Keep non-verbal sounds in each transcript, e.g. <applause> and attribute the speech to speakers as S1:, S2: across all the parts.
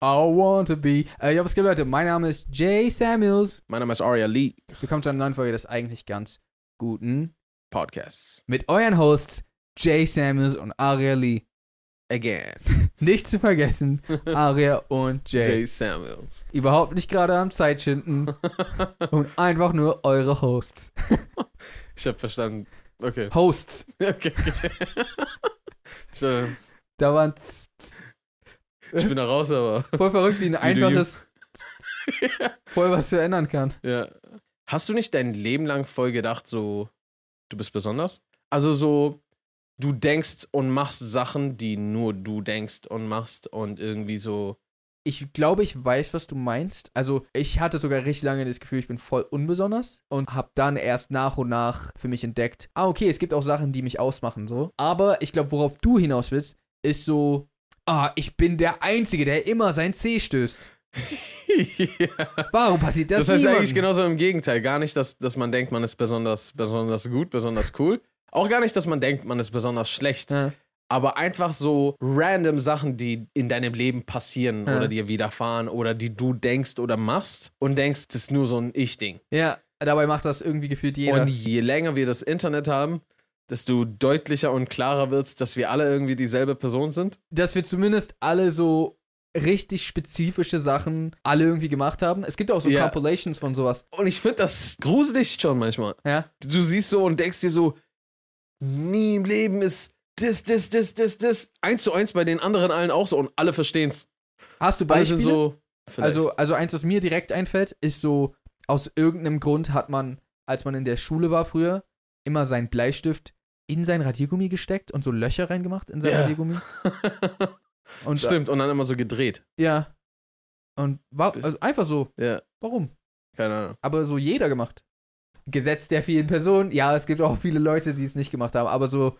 S1: want to be. Äh, ja, was geht, Leute? Mein Name ist Jay Samuels.
S2: Mein Name ist Aria Lee
S1: Willkommen zu einer neuen Folge des eigentlich ganz guten.
S2: Podcasts.
S1: Mit euren Hosts Jay Samuels und Aria Lee.
S2: Again.
S1: Nicht zu
S2: <laughs>
S1: vergessen, Aria und Jay.
S2: Jay Samuels.
S1: Überhaupt nicht gerade
S2: <laughs>
S1: am Zeitschinden und einfach nur eure Hosts.
S2: ich hab verstanden. Okay.
S1: Hosts.
S2: <laughs> okay, okay. ich, dachte,
S1: Da waren z- z-
S2: ich bin da raus, aber.
S1: voll verrückt, wie ein
S2: Wie du- <laughs>
S1: einfaches voll was verändern kann.
S2: ja. Hast du nicht dein Leben lang voll gedacht, so, du bist besonders? Also so, du denkst und machst Sachen, die nur du denkst und machst und irgendwie so.
S1: Ich glaube, ich weiß, was du meinst. Also, ich hatte sogar richtig lange das Gefühl, ich bin voll unbesonders und habe dann erst nach und nach für mich entdeckt, ah, okay, es gibt auch Sachen, die mich ausmachen, so. Aber ich glaube, worauf du hinaus willst, ist so, ah, ich bin der Einzige, der immer sein C stößt. <laughs>
S2: ja.
S1: Warum passiert das
S2: Das, heißt
S1: niemandem?
S2: eigentlich genauso im Gegenteil. Gar nicht, dass, dass man denkt, man ist besonders, besonders gut, besonders cool. Auch gar nicht, dass man denkt, man ist besonders schlecht.
S1: Ja.
S2: Aber einfach so random Sachen, die in deinem Leben passieren
S1: Ja.
S2: oder dir widerfahren oder die du denkst oder machst und denkst, das ist nur so ein Ich-Ding.
S1: Ja, dabei macht das irgendwie gefühlt jeder.
S2: Und je länger wir das Internet haben, desto deutlicher und klarer wird dass wir alle irgendwie dieselbe Person sind.
S1: dass wir zumindest alle so richtig spezifische Sachen alle irgendwie gemacht haben. Es gibt auch so
S2: Ja.
S1: Compilations von sowas.
S2: Und ich finde das gruselig schon manchmal.
S1: Ja.
S2: du siehst so und denkst dir so, nie im Leben ist das, das, das, das, das. Eins zu eins bei den anderen allen auch so und alle verstehen's.
S1: Hast du
S2: Alle
S1: Beispiele?
S2: sind so. vielleicht.
S1: also, also eins, was mir direkt einfällt, ist so, aus irgendeinem Grund hat man, als man in der Schule war früher, immer seinen Bleistift in sein Radiergummi gesteckt und so Löcher reingemacht in sein
S2: Ja.
S1: Radiergummi. <laughs> Und,
S2: Stimmt, und dann immer so gedreht.
S1: Äh, ja. Und war also einfach so,
S2: Ja,
S1: warum?
S2: keine Ahnung.
S1: aber so jeder gemacht. Gesetz der vielen Personen. Ja, es gibt auch viele Leute, die es nicht gemacht haben, aber so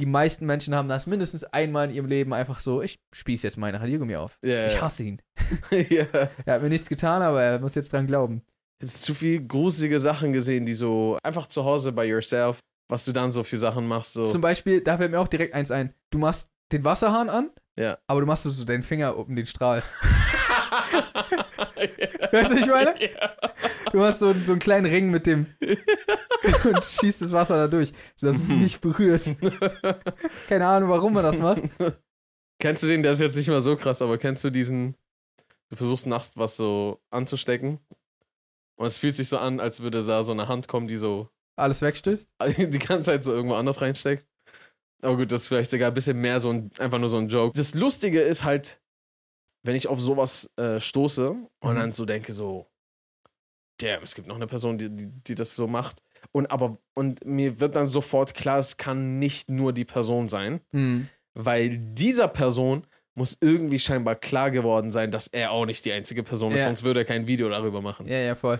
S1: die meisten Menschen haben das mindestens einmal in ihrem Leben einfach so, ich spieß jetzt meinen Radiergummi auf.
S2: Ja,
S1: Ich
S2: ja.
S1: hasse ihn.
S2: <laughs> ja.
S1: Er hat mir nichts getan, aber er muss jetzt dran glauben.
S2: Jetzt zu viel gruselige Sachen gesehen, die so einfach zu Hause bei yourself, was du dann so für Sachen machst. So. <laughs>
S1: Zum Beispiel, da fällt mir auch direkt eins ein. Du machst den Wasserhahn an,
S2: Ja.
S1: aber du machst so deinen Finger um den Strahl. Weißt du, was ich meine?
S2: Ja.
S1: Du machst so, so einen kleinen Ring
S2: <laughs>
S1: mit dem und schießt das Wasser da durch,
S2: <laughs>
S1: sodass es nicht berührt. Keine Ahnung, warum man das macht.
S2: Kennst du den, der ist jetzt nicht mal so krass, aber kennst du diesen, du versuchst nachts was so anzustecken und es fühlt sich so an, als würde da so eine Hand kommen, die so <laughs>
S1: Alles wegstößt.
S2: die ganze Zeit so irgendwo anders reinsteckt. Aber gut, das ist vielleicht sogar ein bisschen mehr so ein, einfach nur so ein Joke. Das Lustige ist halt, wenn ich auf sowas äh, stoße und
S1: Mhm.
S2: dann so denke, so, damn, es gibt noch eine Person, die, die, die das so macht. Und aber, und mir wird dann sofort klar, es kann nicht nur die Person sein
S1: Hm.
S2: weil dieser Person muss irgendwie scheinbar klar geworden sein, dass er auch nicht die einzige Person ist,
S1: Ja.
S2: sonst würde er kein Video darüber machen.
S1: Ja, ja, voll.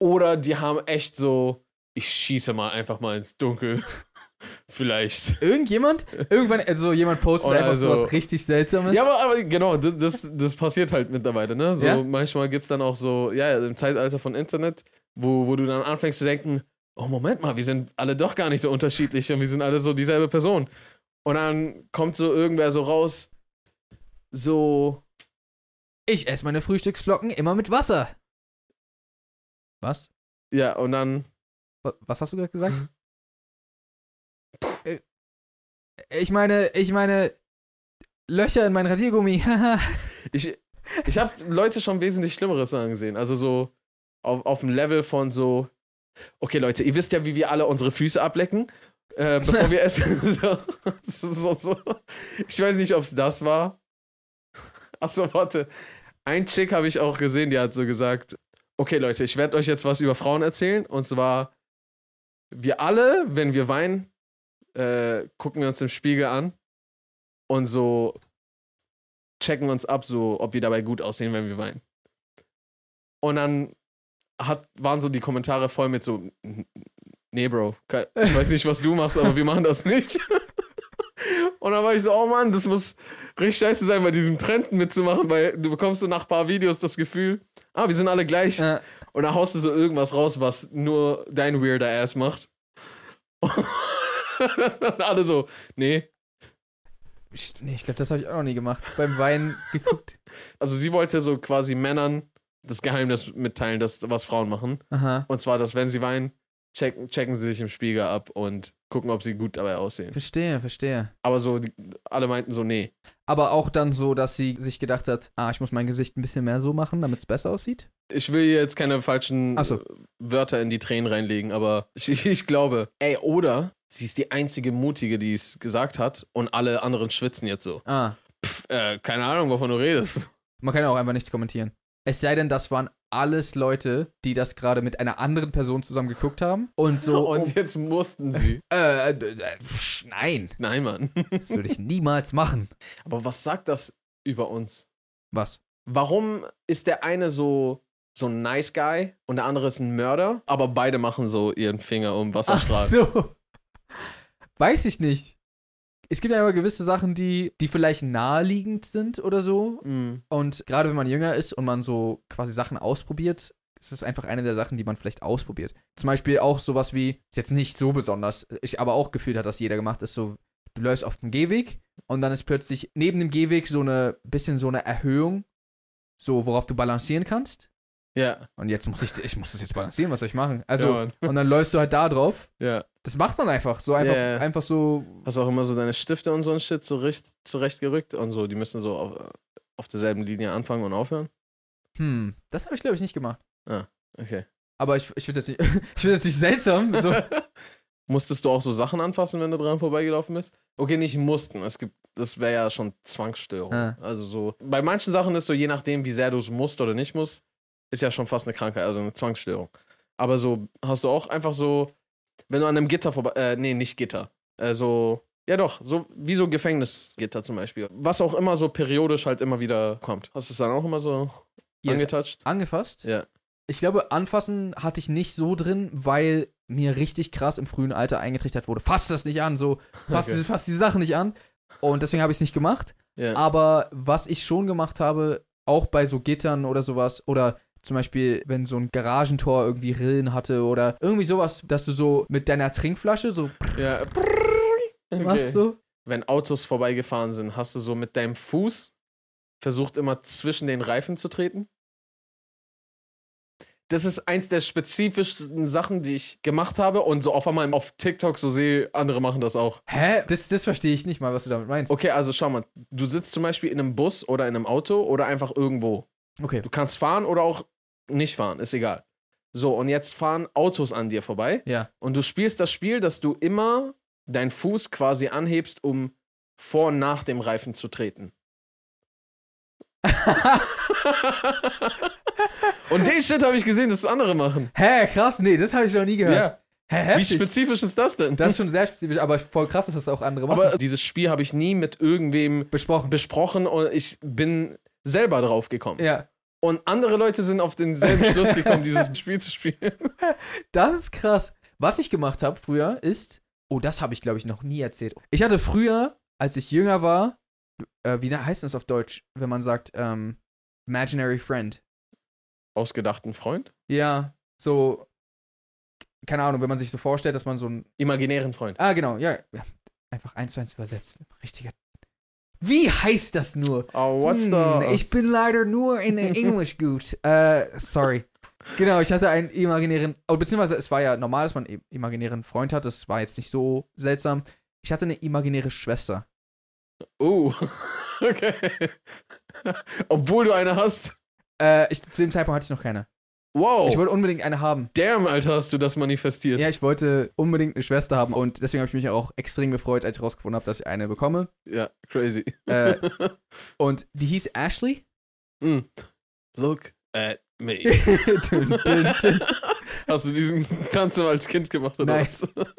S2: Oder die haben echt so, ich schieße mal einfach mal ins Dunkel. <laughs> Vielleicht.
S1: Irgendjemand, irgendwann, also jemand postet
S2: Oder
S1: einfach
S2: also-
S1: sowas richtig Seltsames.
S2: Ja, aber, aber genau, das, das, das passiert halt mittlerweile, ne? So,
S1: Ja?
S2: Manchmal gibt es dann auch so, ja, im Zeitalter von Internet, wo, wo du dann anfängst zu denken, oh Moment mal, wir sind alle doch gar nicht so unterschiedlich und wir sind alle so dieselbe Person. Und dann kommt so irgendwer so raus, so,
S1: ich esse meine Frühstücksflocken immer mit Wasser. Was?
S2: Ja, und dann.
S1: Wa- Was hast du gerade gesagt? Äh, ich meine, ich meine, Löcher in mein Radiergummi. <laughs>
S2: Ich, ich habe Leute schon wesentlich Schlimmeres sagen sehen. Also so auf, auf dem Level von so. Okay, Leute, ihr wisst ja, wie wir alle unsere Füße ablecken, äh, bevor wir essen. <laughs> so, so, so. Ich weiß nicht, ob es das war. Achso, warte. Ein Chick habe ich auch gesehen, die hat so gesagt: Okay, Leute, ich werde euch jetzt was über Frauen erzählen. Und zwar, wir alle, wenn wir weinen, äh, gucken wir uns im Spiegel an und so checken uns ab, so ob wir dabei gut aussehen, wenn wir weinen. Und dann hat, waren so die Kommentare voll mit so, nee, Bro, ke- ich weiß nicht, was du machst, aber wir machen das nicht. <laughs> Und dann war ich so, oh Mann, das muss richtig scheiße sein, bei diesem Trend mitzumachen, weil du bekommst so nach ein paar Videos das Gefühl, ah, wir sind alle gleich.
S1: Äh,
S2: Und da haust du so irgendwas raus, was nur dein weirder Ass macht. <laughs> Und alle so, nee.
S1: st- nee, ich glaube, das habe ich auch noch nie gemacht. Beim Wein geguckt.
S2: Also sie wollte so quasi Männern das Geheimnis mitteilen, das, was Frauen machen.
S1: Aha.
S2: Und zwar, dass wenn sie weinen, checken, checken sie sich im Spiegel ab und gucken, ob sie gut dabei aussehen.
S1: Verstehe, verstehe.
S2: Aber so, die, alle meinten so, nee.
S1: Aber auch dann so, dass sie sich gedacht hat, ah, ich muss mein Gesicht ein bisschen mehr so machen, damit es besser aussieht.
S2: Ich will hier jetzt keine falschen
S1: Ach so.
S2: äh, Wörter in die Tränen reinlegen, aber ich, ich glaube, ey, oder sie ist die einzige Mutige, die es gesagt hat und alle anderen schwitzen jetzt so.
S1: Ah,
S2: Pff, äh, keine Ahnung, wovon du redest.
S1: man kann ja auch einfach nichts kommentieren. Es sei denn, das waren alles Leute, die das gerade mit einer anderen Person zusammen geguckt haben. Und
S2: <laughs>
S1: so. um
S2: Und jetzt mussten sie.
S1: äh, äh, pff, nein,
S2: Nein, Mann.
S1: das würde ich niemals machen.
S2: Aber was sagt das über uns?
S1: Was?
S2: Warum ist der eine so, so ein nice guy und der andere ist ein Mörder, aber beide machen so ihren Finger um Wasserstrahl?
S1: so. Weiß ich nicht. Es gibt ja immer gewisse Sachen, die, die vielleicht naheliegend sind oder so.
S2: Mhm.
S1: Und gerade wenn man jünger ist und man so quasi Sachen ausprobiert, ist es einfach eine der Sachen, die man vielleicht ausprobiert. Zum Beispiel auch sowas wie, ist jetzt nicht so besonders, ich aber auch gefühlt hat, dass jeder gemacht ist, so, du läufst auf dem Gehweg und dann ist plötzlich neben dem Gehweg so eine, bisschen so eine Erhöhung, so, worauf du balancieren kannst.
S2: Ja.
S1: Und jetzt muss ich, ich muss das jetzt balancieren, was soll ich machen? Also,
S2: ja, Mann.
S1: und dann läufst du halt da drauf
S2: ja.
S1: das macht man einfach. So einfach,
S2: Ja, ja.
S1: einfach so.
S2: Hast auch immer so deine Stifte und so ein Shit zurecht, zurechtgerückt und so. Die müssen so auf, auf derselben Linie anfangen und aufhören.
S1: Hm, das habe ich, glaube ich, nicht gemacht.
S2: Okay.
S1: Aber ich, ich finde das, nicht- <laughs> ich find das nicht seltsam.
S2: <laughs>
S1: So.
S2: Musstest du auch so Sachen anfassen, wenn du dran vorbeigelaufen bist? Okay, nicht mussten. Es gibt, das wäre ja schon Zwangsstörung.
S1: Ah.
S2: Also so. Bei manchen Sachen ist so, je nachdem, wie sehr du es musst oder nicht musst, ist ja schon fast eine Krankheit, also eine Zwangsstörung. Aber so hast du auch einfach so, wenn du an einem Gitter vorbei, äh, nee, nicht Gitter, äh, so, ja doch, so wie so Gefängnisgitter zum Beispiel, was auch immer so periodisch halt immer wieder kommt. Hast du es dann auch immer so
S1: Yes. Ah.
S2: angetouched?
S1: Angefasst?
S2: Ja.
S1: Ich glaube, anfassen hatte ich nicht so drin, weil mir richtig krass im frühen Alter eingetrichtert wurde. Fass das nicht an, so, fass,
S2: Okay.
S1: diese, fass diese Sachen nicht an. Und deswegen habe ich es nicht gemacht.
S2: Ja.
S1: Aber was ich schon gemacht habe, auch bei so Gittern oder sowas, oder zum Beispiel, wenn so ein Garagentor irgendwie Rillen hatte oder irgendwie sowas, dass du so mit deiner Trinkflasche so
S2: ja.
S1: machst, so.
S2: wenn Autos vorbeigefahren sind, hast du so mit deinem Fuß versucht immer zwischen den Reifen zu treten? Das ist eins der spezifischsten Sachen, die ich gemacht habe und so auf einmal auf TikTok so sehe, andere machen das auch.
S1: Hä? Das, das verstehe ich nicht mal, was du damit meinst.
S2: Okay, also schau mal, du sitzt zum Beispiel in einem Bus oder in einem Auto oder einfach irgendwo.
S1: Okay.
S2: Du kannst fahren oder auch nicht fahren, ist egal. So, und jetzt fahren Autos an dir vorbei
S1: Ja.
S2: und du spielst das Spiel, dass du immer deinen Fuß quasi anhebst, um vor und nach dem Reifen zu
S1: <laughs>
S2: treten. und den Shit habe ich gesehen, dass andere machen.
S1: Hä, krass, nee, das habe ich noch nie gehört. Hä,
S2: Ja. Wie
S1: heftig.
S2: spezifisch ist das denn?
S1: das ist schon sehr spezifisch, aber voll krass, dass das auch andere machen.
S2: Aber dieses Spiel habe ich nie mit irgendwem
S1: besprochen.
S2: besprochen und ich bin selber drauf gekommen.
S1: ja.
S2: Und andere Leute sind auf denselben Schluss
S1: <laughs>
S2: gekommen, dieses Spiel zu spielen.
S1: Das ist krass. Was ich gemacht habe früher ist, oh, das habe ich glaube ich noch nie erzählt. Ich hatte früher, als ich jünger war, äh, wie heißt das auf Deutsch, wenn man sagt, ähm, imaginary friend.
S2: Ausgedachten Freund?
S1: Ja, so, keine Ahnung, wenn man sich so vorstellt, dass man so ein
S2: Imaginären Freund.
S1: Ah, genau, ja. ja. Einfach eins zu eins übersetzt. Richtiger. Wie heißt das nur?
S2: Oh,
S1: Hm, Ich bin leider nur in English gut. Äh, sorry. Genau, ich hatte einen imaginären, oh, beziehungsweise es war ja normal, dass man einen imaginären Freund hat, das war jetzt nicht so seltsam. Ich hatte eine imaginäre Schwester.
S2: Oh, <laughs> okay. Obwohl du eine hast.
S1: Äh, ich, zu dem Zeitpunkt hatte ich noch keine.
S2: Wow.
S1: Ich wollte unbedingt eine haben.
S2: Damn, Alter, hast du das manifestiert.
S1: Ja, ich wollte unbedingt eine Schwester haben und deswegen habe ich mich auch extrem gefreut, als ich rausgefunden habe, dass ich eine bekomme.
S2: Ja, crazy.
S1: Äh, und die hieß Ashley.
S2: Mm. Look at me.
S1: dün, dün, dün.
S2: <laughs> hast du diesen Tanz immer als Kind gemacht oder
S1: Nein.
S2: was?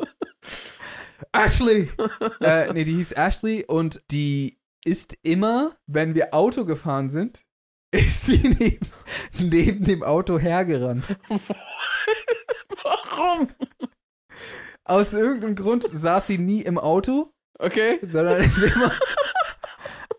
S1: <laughs> Ashley! äh, nee, die hieß Ashley und die ist immer, wenn wir Auto gefahren sind, <laughs> ist sie neben, neben dem Auto hergerannt.
S2: Warum?
S1: Aus irgendeinem Grund saß sie nie im Auto,
S2: Okay.
S1: sondern ist <laughs> immer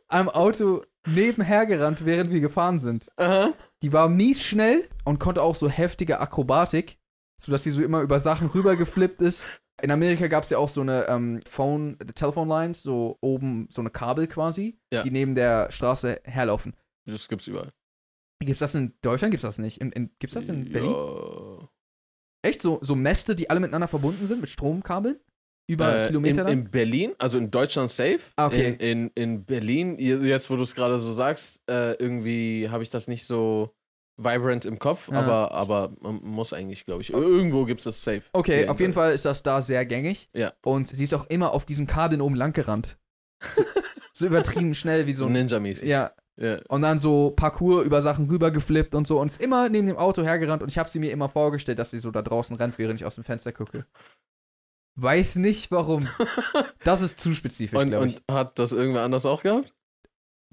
S1: am Auto nebenher gerannt, während wir gefahren sind.
S2: Aha.
S1: Die war mies schnell und konnte auch so heftige Akrobatik, sodass sie so immer über Sachen rübergeflippt ist. In Amerika gab es ja auch so eine ähm, Phone, Telephone Lines, so oben so eine Kabel quasi,
S2: Ja.
S1: die neben der Straße herlaufen.
S2: Das gibt's überall.
S1: Gibt's das in Deutschland? Gibt's das nicht? In, in, gibt's das in Berlin?
S2: Ja.
S1: Echt so, so Mäste, die alle miteinander verbunden sind mit Stromkabeln? Über
S2: Äh,
S1: Kilometer
S2: in,
S1: lang?
S2: in Berlin, also in Deutschland safe.
S1: Ah, okay.
S2: In, in, in Berlin, je- jetzt wo du es gerade so sagst, äh, irgendwie habe ich das nicht so vibrant im Kopf,
S1: Ja.
S2: aber, aber man muss eigentlich, glaube ich. Irgendwo gibt es das safe.
S1: Okay, auf jeden Fall ist das da sehr gängig.
S2: Ja.
S1: Und sie ist auch immer auf diesen Kabeln oben lang gerannt. So, so übertrieben schnell wie
S2: So
S1: so
S2: <laughs>
S1: ein.
S2: Ninja-mäßig.
S1: Ja.
S2: ja.
S1: Und dann so Parkour über Sachen rübergeflippt und so und ist immer neben dem Auto hergerannt und ich habe sie mir immer vorgestellt, dass sie so da draußen rennt, während ich aus dem Fenster gucke. Weiß
S2: <laughs>
S1: nicht warum. Das ist zu spezifisch,
S2: Und,
S1: glaube ich.
S2: und hat das irgendwer anders auch gehabt?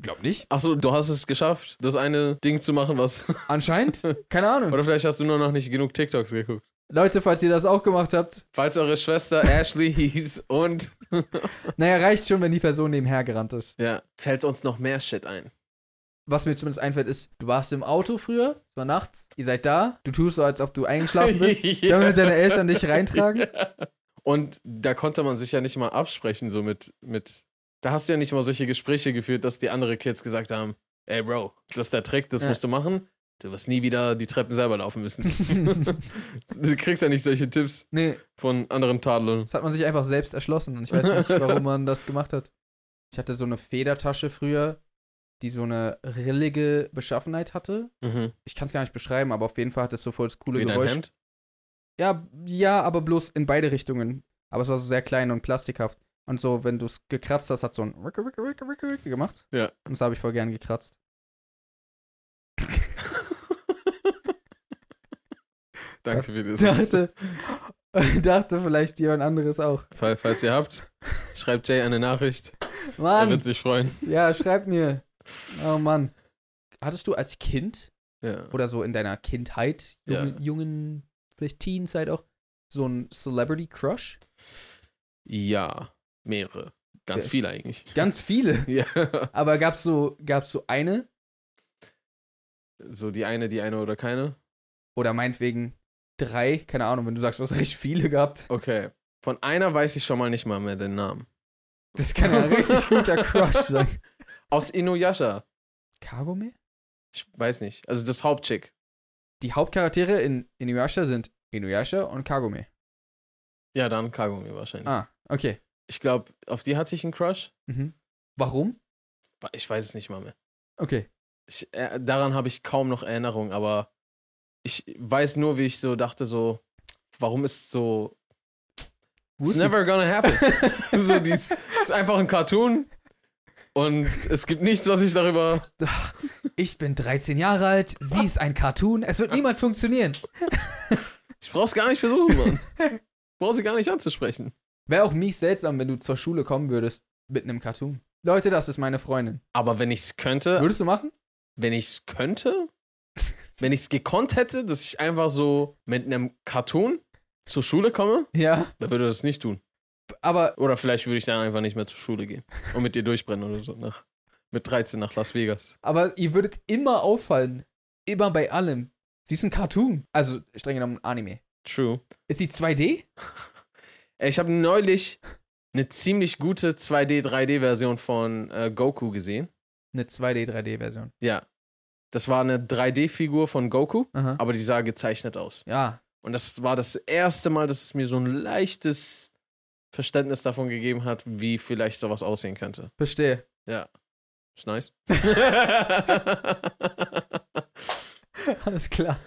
S1: Glaub nicht.
S2: Achso, du hast es geschafft, das eine Ding zu machen, was. <laughs>
S1: Anscheinend. Keine Ahnung.
S2: Oder vielleicht hast du nur noch nicht genug TikToks geguckt.
S1: Leute, falls ihr das auch gemacht habt,
S2: Falls eure Schwester Ashley hieß und.
S1: naja, reicht schon, wenn die Person nebenher gerannt ist.
S2: Ja, fällt uns noch mehr Shit ein.
S1: was mir zumindest einfällt, ist, du warst im Auto früher, es war nachts, ihr seid da, du tust so, als ob du
S2: <laughs>
S1: eingeschlafen bist,
S2: Ja.
S1: damit deine Eltern dich reintragen.
S2: Und da konnte man sich ja nicht mal absprechen, so mit, mit. Da hast du ja nicht mal solche Gespräche geführt, dass die andere Kids gesagt haben: Ey, Bro, das ist der Trick, das
S1: Ja.
S2: musst du machen. Du wirst nie wieder die Treppen selber laufen müssen. <laughs> du kriegst ja nicht solche Tipps
S1: <laughs> nee,
S2: von anderen Tadlern.
S1: das hat man sich einfach selbst erschlossen und ich weiß nicht, warum man das gemacht hat. Ich hatte so eine Federtasche früher, die so eine rillige Beschaffenheit hatte.
S2: Mhm.
S1: Ich kann es gar nicht beschreiben, aber auf jeden Fall hat es so voll das coole
S2: Wie dein
S1: Geräusch.
S2: Hemd?
S1: Ja, ja, aber bloß in beide Richtungen. Aber es war so sehr klein und plastikhaft. Und so, wenn du es gekratzt hast, hat so ein Ricke, Ricke, Ricke, Ricke, Ricke gemacht.
S2: Ja.
S1: Und das habe ich voll
S2: <laughs>
S1: gern gekratzt. <laughs>
S2: Danke für
S1: <laughs>
S2: das.
S1: dachte, dachte vielleicht jemand anderes auch.
S2: Fall- Falls ihr habt, schreibt Jay eine Nachricht. Er
S1: Mann,
S2: wird sich freuen.
S1: ja, schreib mir. Oh Mann. Hattest du als Kind
S2: Ja.
S1: oder so in deiner Kindheit, jungen,
S2: Ja.
S1: jungen vielleicht Teenzeit auch, so ein Celebrity Crush?
S2: ja, mehrere. Ganz
S1: Ja.
S2: viele eigentlich. <laughs>
S1: Ganz viele.
S2: Ja.
S1: Aber gab's so, gab's so eine
S2: So die eine, die eine oder keine.
S1: oder meinetwegen drei, keine Ahnung, wenn du sagst, du hast richtig viele gehabt.
S2: Okay. Von einer weiß ich schon mal nicht mal mehr den Namen.
S1: Das kann ja ein richtig guter Crush sein.
S2: Aus Inuyasha.
S1: Kagome?
S2: Ich weiß nicht. Also das Hauptschick.
S1: Die Hauptcharaktere in Inuyasha sind Inuyasha und Kagome.
S2: Ja, dann Kagumi wahrscheinlich.
S1: Ah, okay.
S2: Ich glaube, auf die hatte ich einen Crush.
S1: Mhm. Warum?
S2: Wa- Ich weiß es nicht mal mehr.
S1: Okay.
S2: Ich, äh, daran habe ich kaum noch Erinnerung, aber ich weiß nur, wie ich so dachte, so, warum ist so It's never gonna happen. <laughs>
S1: <laughs>
S2: so, die ist, ist einfach ein Cartoon und es gibt nichts, was ich darüber.
S1: Ich bin 13 Jahre alt, sie ist ein Cartoon, es wird niemals funktionieren.
S2: Ich brauch's gar nicht versuchen, Mann.
S1: <laughs>
S2: Ich brauch sie gar nicht anzusprechen.
S1: Wäre auch mies seltsam, wenn du zur Schule kommen würdest mit einem Cartoon. Leute, das ist meine Freundin.
S2: Aber wenn ich's könnte,
S1: Würdest du machen?
S2: wenn ich's könnte, wenn ich's gekonnt hätte, dass ich einfach so mit einem Cartoon zur Schule komme,
S1: Ja.
S2: dann würde das nicht tun.
S1: Aber
S2: Oder vielleicht würde ich dann einfach nicht mehr zur Schule gehen und mit dir durchbrennen oder so. Nach, mit 13 nach Las Vegas.
S1: Aber ihr würdet immer auffallen. Immer bei allem. Sie ist ein Cartoon. Also streng genommen ein Anime.
S2: True.
S1: Ist sie 2D?
S2: Ey, Ich habe neulich eine ziemlich gute 2D, 3D-Version von äh, Goku gesehen.
S1: Eine 2D, 3D-Version.
S2: Ja. Das war eine 3D-Figur von Goku,
S1: Aha.
S2: aber die sah gezeichnet aus.
S1: Ja.
S2: Und das war das erste Mal, dass es mir so ein leichtes Verständnis davon gegeben hat, wie vielleicht sowas aussehen könnte.
S1: Verstehe.
S2: Ist nice.
S1: <laughs> Alles klar.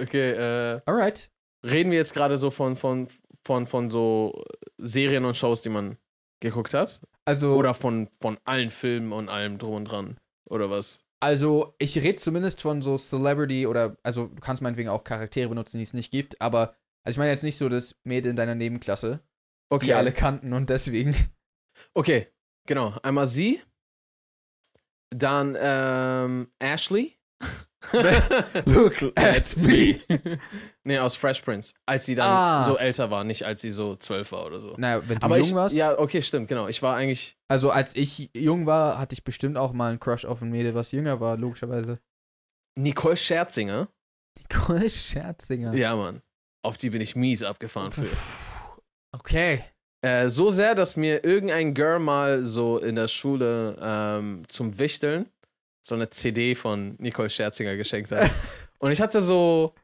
S2: okay, äh,
S1: Alright.
S2: reden wir jetzt gerade so von, von, von, von so Serien und Shows, die man geguckt hat?
S1: Also,
S2: Oder von, von allen Filmen und allem drum und dran? Oder was?
S1: also ich rede zumindest von so Celebrity oder, also du kannst meinetwegen auch Charaktere benutzen, die es nicht gibt, aber, also ich meine jetzt nicht so das Mädel in deiner Nebenklasse,
S2: Okay.
S1: die alle kannten und
S2: <laughs>
S1: deswegen. <laughs>
S2: Okay, genau. Einmal sie. Dann ähm, Ashley. <laughs>
S1: Look
S2: at me. nee, aus Fresh Prince. Als sie dann
S1: Ah.
S2: so älter war, nicht als sie so zwölf war oder so.
S1: Naja, wenn du
S2: Aber
S1: jung
S2: ich,
S1: warst.
S2: ja, okay, stimmt, genau. Ich war eigentlich,
S1: Also als ich jung war, hatte ich bestimmt auch mal einen Crush auf ein Mädel, was jünger war, logischerweise.
S2: Nicole Scherzinger.
S1: Nicole Scherzinger.
S2: Ja, Mann. Auf die bin ich mies
S1: <laughs>
S2: abgefahren früher.
S1: Okay.
S2: Äh, so sehr, dass mir irgendein Girl mal so in der Schule ähm, zum Wichteln so eine CD von Nicole Scherzinger geschenkt
S1: <laughs>
S2: hat. Und ich hatte so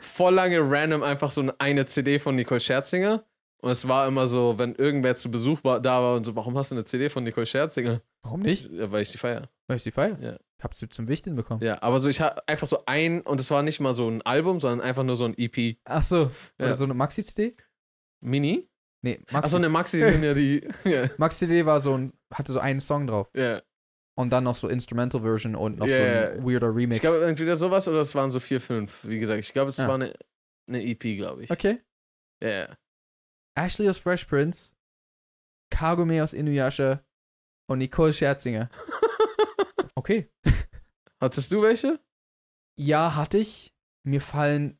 S2: voll lange random einfach so eine CD von Nicole Scherzinger. Und es war immer so, wenn irgendwer zu Besuch war, da war und so, warum hast du eine CD von Nicole Scherzinger?
S1: Warum nicht?
S2: Ja, weil ich sie feier.
S1: Weil ich die feier.
S2: Ja.
S1: Hab's du zum Wichteln bekommen.
S2: Ja, aber so, ich hatte einfach so ein, und es war nicht mal so ein Album, sondern einfach nur so ein E EP.
S1: Ach so.
S2: Ja.
S1: Oder so eine Maxi-CD?
S2: Mini?
S1: Nee, Maxi.
S2: Achso, eine
S1: <laughs>
S2: Maxi sind ja die. Ja,
S1: Maxi-CD war so ein, hatte so einen Song drauf.
S2: ja.
S1: Und dann noch so Instrumental-Version und noch
S2: Ja,
S1: so
S2: ja.
S1: ein weirder Remix.
S2: Ich glaube, entweder sowas oder es waren so vier, fünf. Wie gesagt, ich glaube, es
S1: Ah.
S2: war ne, eine, eine EP, glaube ich.
S1: okay.
S2: Ja, ja.
S1: Ashley aus Fresh Prince, Kagome aus Inuyasha und Nicole Scherzinger. Okay.
S2: Hattest du welche?
S1: Ja, hatte ich. Mir fallen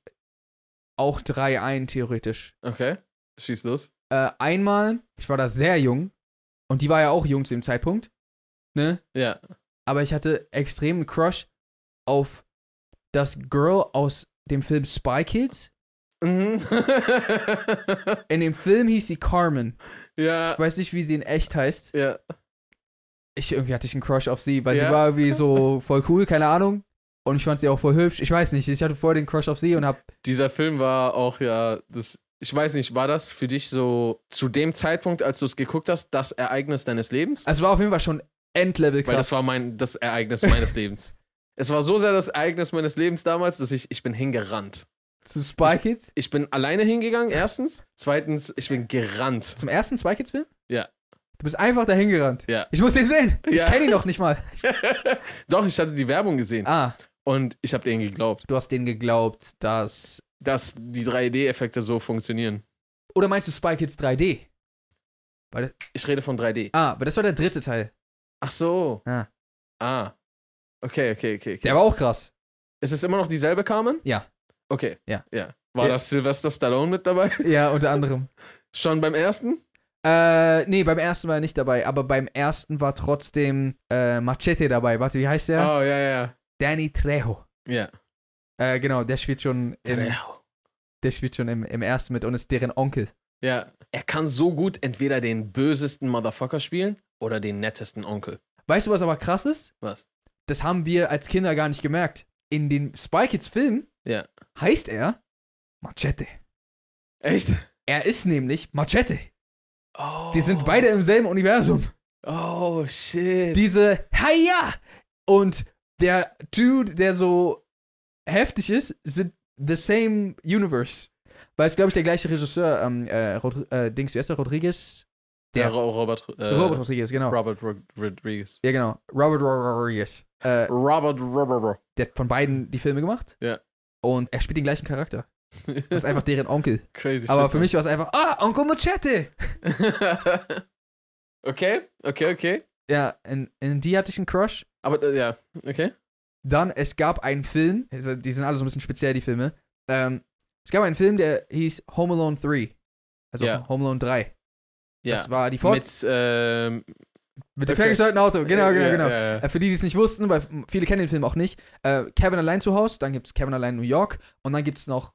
S1: auch drei ein, theoretisch.
S2: Okay. Schieß los.
S1: Äh, einmal, ich war da sehr jung und die war ja auch jung zu dem Zeitpunkt, ne?
S2: Ja.
S1: Aber ich hatte extremen Crush auf das Girl aus dem Film Spy Kids.
S2: Mhm. <laughs>
S1: In dem Film hieß sie Carmen. Ich
S2: ja.
S1: weiß nicht, wie sie in echt heißt.
S2: Ja.
S1: ich irgendwie hatte ich einen Crush auf sie, weil sie
S2: Ja.
S1: war irgendwie
S2: <laughs>
S1: so voll cool, keine Ahnung. Und ich fand sie auch voll hübsch. Ich weiß nicht, ich hatte voll den Crush auf sie und hab.
S2: Dieser Film war auch ja, das, ich weiß nicht, war das für dich so zu dem Zeitpunkt, als du es geguckt hast, das Ereignis deines Lebens?
S1: Also war auf jeden Fall schon Endlevel
S2: Weil das
S1: krass.
S2: war mein, das Ereignis meines
S1: <laughs>
S2: Lebens. Es war so sehr das Ereignis meines Lebens damals, dass ich, ich bin hingerannt.
S1: Zu Spy Kids?
S2: Ich bin alleine hingegangen, erstens. Zweitens, ich bin
S1: <laughs>
S2: gerannt.
S1: Zum ersten Spy Kids-Film?
S2: Ja.
S1: Du bist einfach dahin gerannt.
S2: Ja.
S1: Ich muss den sehen. Ich
S2: Ja.
S1: kenne ihn noch
S2: <laughs>
S1: nicht mal.
S2: Doch, ich hatte die Werbung gesehen
S1: Ah,
S2: und ich habe denen geglaubt,
S1: du hast denen geglaubt, dass.
S2: dass die 3D-Effekte so funktionieren.
S1: Oder meinst du Spy Kids 3D?
S2: Ich rede von 3D.
S1: Ah, aber das war der dritte Teil.
S2: Ach so.
S1: Ja.
S2: Ah. Okay, okay, okay. okay.
S1: Der war
S2: <laughs>
S1: auch krass.
S2: Ist es immer noch dieselbe Carmen?
S1: Ja.
S2: Okay.
S1: Ja.
S2: ja. War
S1: Ja.
S2: das Sylvester Stallone mit dabei? <laughs>
S1: Ja, unter anderem.
S2: Schon beim ersten?
S1: äh, nee, beim ersten war er nicht dabei, aber beim ersten war trotzdem äh, Machete dabei. Warte, wie heißt der?
S2: Oh, ja, ja.
S1: Danny Trejo.
S2: Ja. Ähm,
S1: Äh, genau, der spielt schon, im,
S2: Ja.
S1: der spielt schon im, im ersten mit und ist deren Onkel.
S2: ja. Er kann so gut entweder den bösesten Motherfucker spielen oder den nettesten Onkel.
S1: Weißt du, was aber krass ist?
S2: Was?
S1: Das haben wir als Kinder gar nicht gemerkt. In den Spy Kids Film
S2: Ja.
S1: heißt er Machete.
S2: Echt?
S1: Er ist nämlich Machete.
S2: Oh.
S1: Die sind beide im selben Universum.
S2: Oh, shit.
S1: Diese Haya und der Dude, der so heftig ist, sind the same universe. Weil es, glaube ich, der gleiche Regisseur, ähm, äh, Rod äh, Dings, wie heißt der? Rodriguez?
S2: der Ro- Robert, äh,
S1: Robert Rodriguez, genau.
S2: Robert Rod- Rodriguez.
S1: Ja, genau. Robert Rodriguez. Äh,
S2: Robert <laughs> Robert.
S1: der hat von beiden die Filme gemacht.
S2: Ja.
S1: Und er spielt den gleichen Charakter. Das
S2: <laughs>
S1: ist einfach deren Onkel.
S2: Crazy
S1: Aber
S2: shit,
S1: für mich war es einfach, ah, Onkel Machete!
S2: Mann. <laughs> okay, okay, okay.
S1: Ja, in, in die hatte ich einen Crush.
S2: Aber äh, ja, okay.
S1: Dann, es gab einen Film, also die sind alle so ein bisschen speziell, die Filme. Ähm, es gab einen Film, der hieß Home Alone 3. Also
S2: Ja.
S1: Home Alone 3.
S2: Ja.
S1: Das war die Fortsetzung.
S2: Mit, ähm,
S1: Mit, dem
S2: okay.
S1: ferngesteuerten Auto, genau, genau,
S2: ja,
S1: genau.
S2: Ja, ja.
S1: Äh, Für die, die es nicht wussten, weil viele kennen den Film auch nicht, äh, Kevin allein zu Hause, dann gibt es Kevin allein New York und dann gibt es noch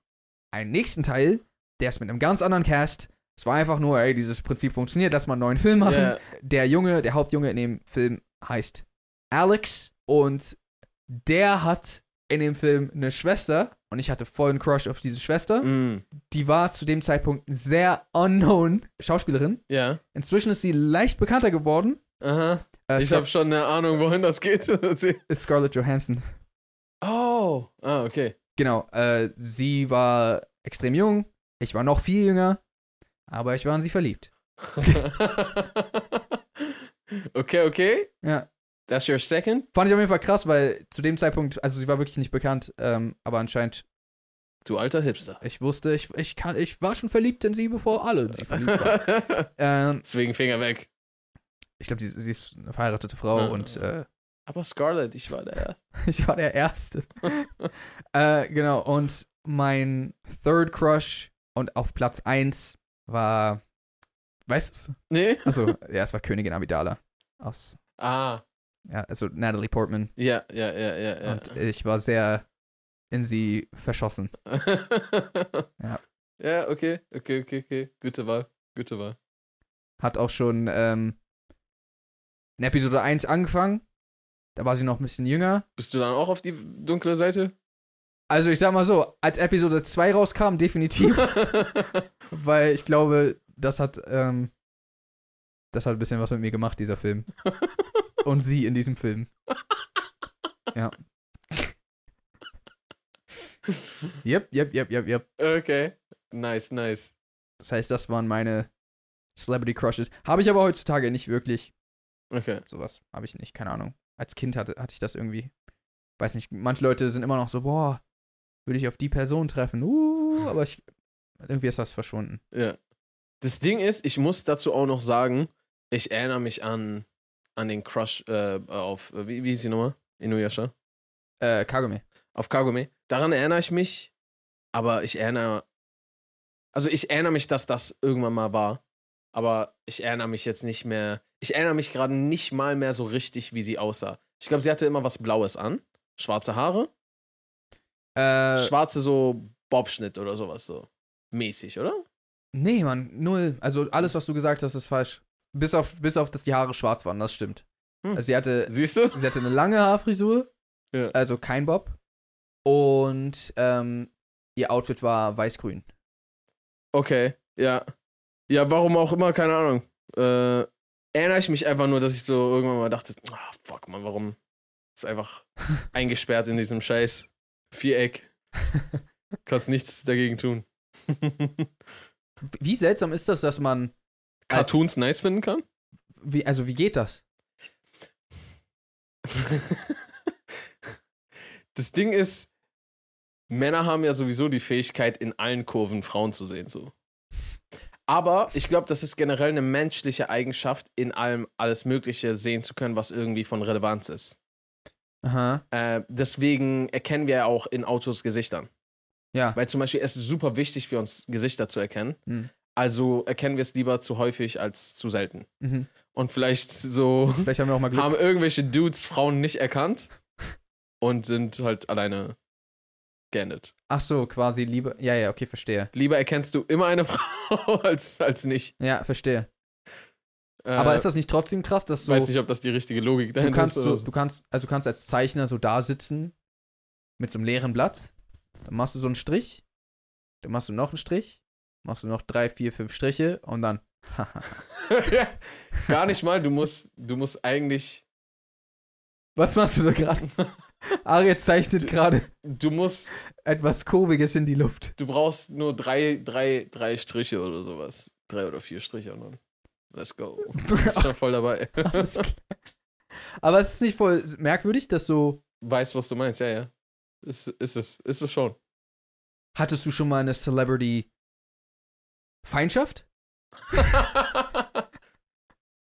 S1: einen nächsten Teil, der ist mit einem ganz anderen Cast. Es war einfach nur, ey, dieses Prinzip funktioniert, lass mal einen neuen Film machen.
S2: Ja.
S1: Der Junge, der Hauptjunge in dem Film heißt Alex und der hat in dem Film eine Schwester und ich hatte vollen Crush auf diese Schwester.
S2: Mm,
S1: Die war zu dem Zeitpunkt sehr unknown Schauspielerin.
S2: ja.
S1: Inzwischen ist sie leicht bekannter geworden.
S2: Aha.
S1: Äh,
S2: Ich
S1: Scar-
S2: habe schon eine Ahnung, wohin das
S1: <laughs>
S2: geht. <laughs>
S1: Scarlett Johansson.
S2: oh. Ah, okay.
S1: Genau, äh, sie war extrem jung, ich war noch viel jünger, aber ich war in sie verliebt.
S2: <laughs> okay, okay.
S1: Ja.
S2: That's your second?
S1: Fand ich auf jeden Fall krass, weil zu dem Zeitpunkt, also sie war wirklich nicht bekannt, ähm, aber anscheinend,
S2: Du alter Hipster.
S1: ich wusste, ich, ich, kann, ich war schon verliebt in sie, bevor alle in sie
S2: <laughs>
S1: verliebt <laughs> waren. ähm,
S2: Deswegen Finger weg.
S1: ich glaube, sie, sie ist eine verheiratete Frau
S2: Ja.
S1: und äh, <laughs>
S2: Aber Scarlett, ich war der Erste.
S1: ich war der Erste. äh, genau, und mein Third Crush und auf Platz 1 war, weißt Also, du
S2: Nee?
S1: Achso, ja, es war Königin Amidala aus
S2: Ah.
S1: Ja, also Natalie Portman.
S2: Ja, ja, ja, ja, <laughs> ja.
S1: Und ich war sehr in sie verschossen. Ja.
S2: ja. okay, okay, okay, okay. Gute Wahl. Gute Wahl.
S1: Hat auch schon ähm, in Episode 1 angefangen. Da war sie noch ein bisschen jünger.
S2: Bist du dann auch auf die dunkle Seite?
S1: Also ich sag mal so, als Episode 2
S2: <laughs>
S1: rauskam, definitiv. weil ich glaube, das hat, ähm, das hat ein bisschen was mit mir gemacht, dieser Film. Und sie in diesem Film. Ja. Yep, yep, yep, yep, yep.
S2: okay. Nice, nice.
S1: Das heißt, das waren meine Celebrity Crushes. Habe ich aber heutzutage nicht wirklich.
S2: Okay.
S1: Sowas habe ich nicht, keine Ahnung. Als Kind hatte, hatte ich das irgendwie. Weiß nicht, manche Leute sind immer noch so, boah, würde ich auf die Person treffen. Uh, aber ich, irgendwie ist das verschwunden.
S2: Ja. Das Ding ist, ich muss dazu auch noch sagen, ich erinnere mich an, an den Crush äh, auf, äh, wie, wie hieß die Nummer? Inuyasha.
S1: Äh, Kagome.
S2: Auf Kagome. Daran erinnere ich mich, aber ich erinnere, also ich erinnere mich, dass das irgendwann mal war, aber ich erinnere mich jetzt nicht mehr, ich erinnere mich gerade nicht mal mehr so richtig, wie sie aussah. Ich glaube, sie hatte immer was Blaues an, schwarze Haare,
S1: Äh,
S2: schwarze so Bobschnitt oder sowas so. Mäßig, oder?
S1: nee, Mann, null. Also alles, was du gesagt hast, ist falsch. Bis auf, bis auf, dass die Haare schwarz waren, das stimmt.
S2: Hm.
S1: Also sie hatte,
S2: Siehst du?
S1: sie hatte eine lange Haarfrisur,
S2: Ja.
S1: also kein Bob. Und ähm, ihr Outfit war weiß-grün.
S2: Okay, ja. Ja, warum auch immer, keine Ahnung. Äh, erinnere ich mich einfach nur, dass ich so irgendwann mal dachte, ah, fuck, man, warum? Ist einfach eingesperrt in diesem scheiß Viereck. Kannst nichts dagegen tun.
S1: Wie seltsam ist das, dass man.
S2: Cartoons nice finden kann?
S1: Wie, also, wie geht das?
S2: das Ding ist, Männer haben ja sowieso die Fähigkeit, in allen Kurven Frauen zu sehen, so. Aber ich glaube, das ist generell eine menschliche Eigenschaft, in allem alles Mögliche sehen zu können, was irgendwie von Relevanz ist.
S1: Aha.
S2: Äh, deswegen erkennen wir ja auch in Autos Gesichtern.
S1: Ja.
S2: Weil zum Beispiel es ist super wichtig für uns, Gesichter zu erkennen.
S1: Hm.
S2: Also erkennen wir es lieber zu häufig als zu selten.
S1: Mhm.
S2: Und vielleicht so
S1: Vielleicht haben wir auch mal <laughs> Glück.
S2: haben irgendwelche Dudes Frauen nicht erkannt und sind halt alleine geendet.
S1: Ach so, quasi Liebe. Ja, ja, okay, verstehe.
S2: Lieber erkennst du immer eine <laughs> Frau als, als nicht.
S1: Ja, verstehe.
S2: Äh,
S1: Aber ist das nicht trotzdem krass, dass
S2: ich
S1: so.
S2: weiß nicht, ob das die richtige Logik
S1: du
S2: dahinter
S1: kannst
S2: ist. oder
S1: so, du kannst, also du kannst als Zeichner so da sitzen mit so einem leeren Blatt. Dann machst du so einen Strich, dann machst du noch einen Strich, machst du noch drei, vier, fünf Striche und dann.
S2: <laughs>
S1: <laughs>
S2: Ja, Gar nicht mal, du musst, du musst eigentlich,
S1: Was machst du da gerade? Ariel zeichnet gerade
S2: du musst
S1: etwas Kurviges in die Luft.
S2: du brauchst nur drei, drei, drei Striche oder sowas. Drei oder vier Striche und dann. Let's
S1: <laughs>
S2: go. Ist schon voll dabei. <laughs>
S1: Alles klar. Aber es ist nicht voll merkwürdig, dass so.
S2: Weißt, was du meinst, ja, ja. Ist, ist es, ist es schon.
S1: Hattest du schon mal eine Celebrity-Feindschaft?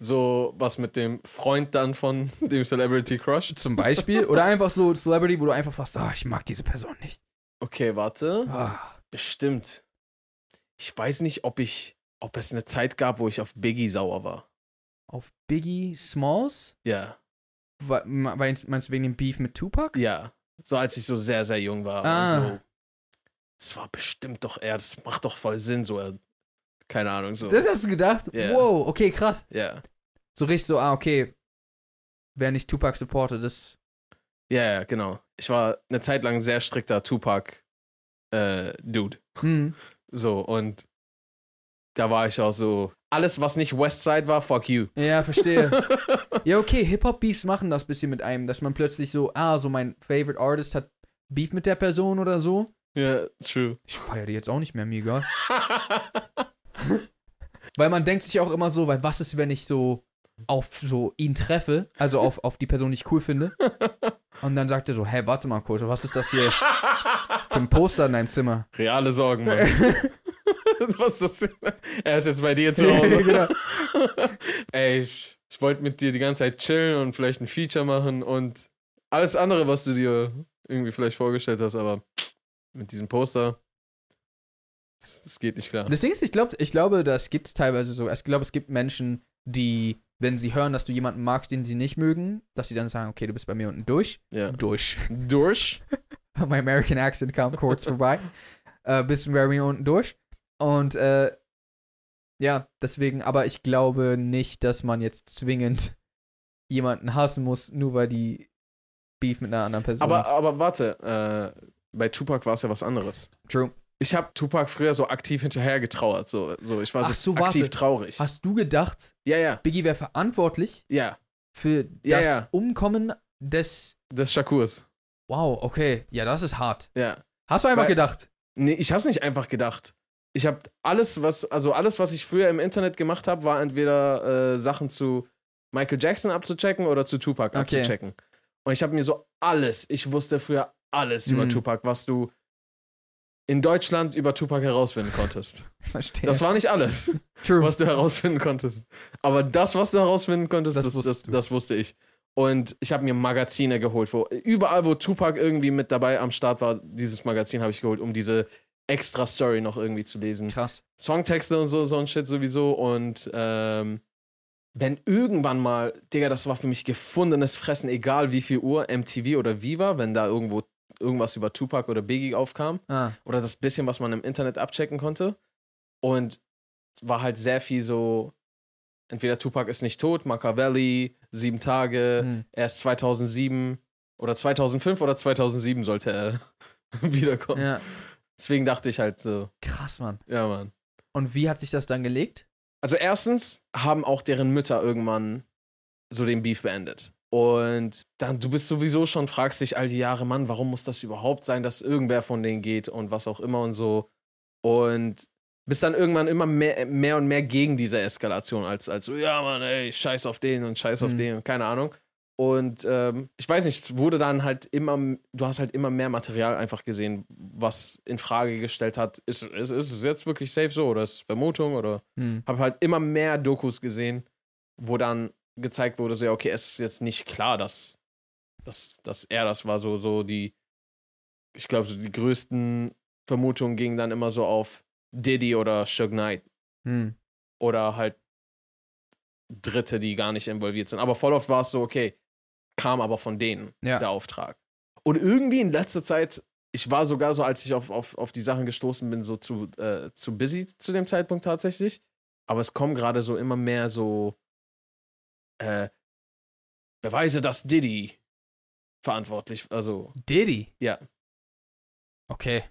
S2: so was mit dem Freund dann von <laughs> dem Celebrity Crush.
S1: Zum Beispiel? Oder einfach so Celebrity, wo du einfach warst, ah, ich mag diese Person nicht.
S2: Okay, warte.
S1: Ah.
S2: Bestimmt. Ich weiß nicht, ob ich, ob es eine Zeit gab, wo ich auf Biggie sauer war.
S1: Auf Biggie Smalls?
S2: Ja,
S1: Wa- me- Meinst, meinst du wegen dem Beef mit Tupac?
S2: ja. So als ich so sehr, sehr jung war.
S1: Ah.
S2: Und so. Es war bestimmt doch er, das macht doch voll Sinn, so. Er, keine Ahnung, so.
S1: Das hast du gedacht?
S2: Ja.
S1: Wow, okay, krass.
S2: Ja.
S1: So richtig so, ah, okay. Wer nicht Tupac supportet, das.
S2: Ja, ja, genau. Ich war eine Zeit lang ein sehr strikter Tupac-Dude.
S1: Hm.
S2: so, und da war ich auch so. Alles, was nicht Westside war, fuck you.
S1: Ja, verstehe. ja, okay, Hip-Hop-Beefs machen das bisschen mit einem, dass man plötzlich so, ah, so mein Favorite Artist hat Beef mit der Person oder so.
S2: Ja,
S1: <laughs>
S2: true.
S1: Ich feiere die jetzt auch nicht mehr, mega. Weil man denkt sich auch immer so, weil was ist, wenn ich so auf so ihn treffe, also auf, auf die Person, die ich cool finde. Und dann sagt er so, hä, warte mal kurz, was ist das hier für ein Poster in deinem Zimmer?
S2: Reale Sorgen, Mann. <laughs> was ist das? Er ist jetzt bei dir
S1: <laughs>
S2: zu Hause.
S1: Genau.
S2: <laughs> Ey, ich, ich wollte mit dir die ganze Zeit chillen und vielleicht ein Feature machen und alles andere, was du dir irgendwie vielleicht vorgestellt hast, aber mit diesem Poster, das, das geht nicht klar.
S1: Das Ding ist, ich, glaub, ich glaube, das gibt es teilweise so. Ich glaube, es gibt Menschen, die wenn sie hören, dass du jemanden magst, den sie nicht mögen, dass sie dann sagen, okay, du bist bei mir unten durch.
S2: Ja.
S1: Durch.
S2: Durch.
S1: <laughs> My American accent kam <laughs> kurz vorbei. Äh, bist bei mir unten durch. Und äh, ja, deswegen, aber ich glaube nicht, dass man jetzt zwingend jemanden hassen muss, nur weil die Beef mit einer anderen Person
S2: Aber,
S1: hat.
S2: aber warte, äh, bei Tupac war es ja was anderes.
S1: True.
S2: Ich habe Tupac früher so aktiv hinterher getrauert. So, so ich war
S1: Ach so,
S2: aktiv
S1: warte.
S2: traurig.
S1: Hast du gedacht,
S2: Ja, ja,
S1: Biggie wäre verantwortlich
S2: ja.
S1: für
S2: Ja,
S1: das
S2: ja.
S1: Umkommen des.
S2: Des Shakurs.
S1: Wow, okay. Ja, das ist hart.
S2: Ja.
S1: Hast du einfach
S2: Weil-
S1: gedacht?
S2: Nee, ich hab's nicht einfach gedacht. Ich habe alles, was, also alles, was ich früher im Internet gemacht habe, war entweder äh, Sachen zu Michael Jackson abzuchecken oder zu Tupac
S1: Okay.
S2: abzuchecken. Und ich habe mir so alles, ich wusste früher alles über
S1: Mhm.
S2: Tupac, was du in Deutschland über Tupac herausfinden konntest.
S1: <laughs> Verstehe.
S2: Das war nicht alles,
S1: <laughs> True.
S2: was du herausfinden konntest. Aber das, was du herausfinden konntest,
S1: Das
S2: das, das, das,
S1: wusstest du.
S2: wusste ich. Und ich habe mir Magazine geholt. Wo, überall, wo Tupac irgendwie mit dabei am Start war, dieses Magazin habe ich geholt, um diese extra Story noch irgendwie zu lesen.
S1: Krass.
S2: Songtexte und so, so ein Shit sowieso. Und ähm, wenn irgendwann mal, Digga, das war für mich gefundenes Fressen, egal wie viel Uhr, MTV oder Viva, wenn da irgendwo irgendwas über Tupac oder Biggie aufkam
S1: Ah,
S2: oder das bisschen, was man im Internet abchecken konnte. Und war halt sehr viel so, entweder Tupac ist nicht tot, Machiavelli, Sieben Tage,
S1: hm.
S2: erst 2007 oder 2005 oder 2007 sollte er <laughs> wiederkommen.
S1: Ja,
S2: Deswegen dachte ich halt so,
S1: krass, Mann.
S2: ja Mann.
S1: Und wie hat sich das dann gelegt?
S2: Also erstens haben auch deren Mütter irgendwann so den Beef beendet. Und dann, du bist sowieso schon, fragst dich all die Jahre, Mann, warum muss das überhaupt sein, dass irgendwer von denen geht und was auch immer und so. Und bist dann irgendwann immer mehr, mehr und mehr gegen diese Eskalation, als, als so, ja, Mann, ey, scheiß auf den und scheiß auf
S1: Mhm.
S2: den und keine Ahnung. Und ähm, ich weiß nicht, es wurde dann halt immer, du hast halt immer mehr Material einfach gesehen, was in Frage gestellt hat, ist, ist, ist es jetzt wirklich safe so oder ist es Vermutung oder
S1: Hm.
S2: habe halt immer mehr Dokus gesehen, wo dann gezeigt wurde, so ja, okay, es ist jetzt nicht klar, dass, dass, dass er das war, so, so die, ich glaube, so die größten Vermutungen gingen dann immer so auf Diddy oder Suge Knight
S1: Hm.
S2: oder halt Dritte, die gar nicht involviert sind. Aber voll oft war es so, okay, kam aber von denen
S1: Ja.
S2: der Auftrag. Und irgendwie in letzter Zeit, ich war sogar so, als ich auf, auf, auf die Sachen gestoßen bin, so zu, äh, zu busy zu dem Zeitpunkt tatsächlich. Aber es kommen gerade so immer mehr so äh, Beweise, dass Diddy verantwortlich, also
S1: Diddy?
S2: Ja.
S1: Okay.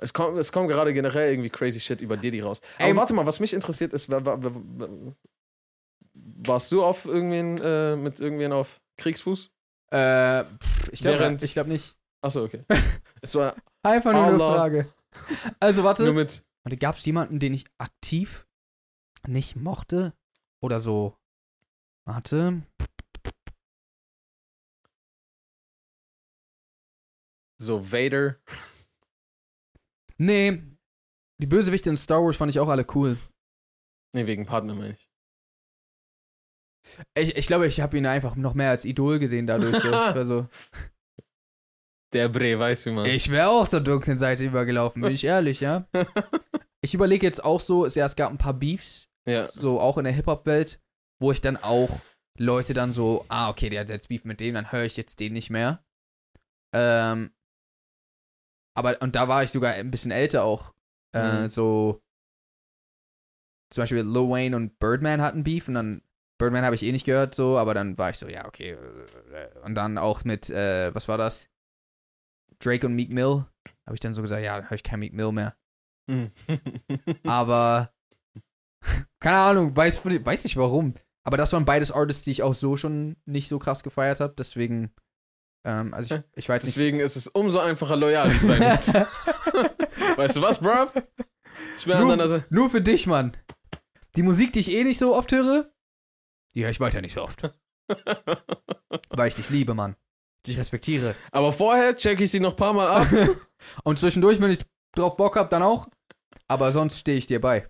S2: es kommt, es kommen gerade generell irgendwie crazy shit über Diddy raus.
S1: Ey,
S2: Aber warte mal, was mich interessiert ist, wa- wa- wa- wa- warst du auf irgendwen äh, mit irgendwen auf Kriegsfuß?
S1: Äh, pff, ich glaube
S2: Während-
S1: ich glaub nicht.
S2: Achso,
S1: <laughs>
S2: okay. es war
S1: Einfach nur eine
S2: Allah.
S1: Frage. Also
S2: nur
S1: warte.
S2: mit.
S1: Und gab es jemanden, den ich aktiv nicht mochte? Oder so. Warte.
S2: So Vader.
S1: Nee. Die Bösewichte in Star Wars fand ich auch alle cool.
S2: Nee, wegen Partner meine ich.
S1: Ich, ich glaube, ich habe ihn einfach noch mehr als Idol gesehen dadurch. <laughs> So. Ich, war so,
S2: Der Bre, weißt du, man.
S1: ich wäre auch zur dunklen Seite übergelaufen, bin ich ehrlich, <laughs> ja? Ich überlege jetzt auch so, es- ja, es gab ein paar Beefs,
S2: Ja.
S1: so auch in der Hip-Hop-Welt, wo ich dann auch Leute dann so, ah, okay, der hat jetzt Beef mit dem, dann höre ich jetzt den nicht mehr. Ähm, aber, und da war ich sogar ein bisschen älter auch. Äh,
S2: Mhm.
S1: So, zum Beispiel Lil Wayne und Birdman hatten Beef und dann, Birdman habe ich eh nicht gehört, so, aber dann war ich so, ja, okay. Und dann auch mit, äh, was war das? Drake und Meek Mill. Habe ich dann so gesagt, ja, dann höre ich kein Meek Mill mehr.
S2: Mhm.
S1: Aber <laughs> keine Ahnung, weiß, weiß nicht warum. Aber das waren beides Artists, die ich auch so schon nicht so krass gefeiert habe. Deswegen, ähm, also ich, ich weiß
S2: <laughs>
S1: nicht.
S2: Deswegen ist es umso einfacher, loyal zu sein. <laughs> jetzt. weißt du was, Bro? Ich bin
S1: Nur-
S2: an deiner <laughs> Seite.
S1: <laughs> Nur für dich, Mann. Die Musik, die ich eh nicht so oft höre, die höre ich weiter nicht so oft. Weil ich dich liebe, Mann. Dich respektiere.
S2: Aber vorher checke ich sie noch ein paar Mal ab.
S1: Und zwischendurch, wenn ich drauf Bock habe, dann auch. Aber sonst stehe ich dir bei.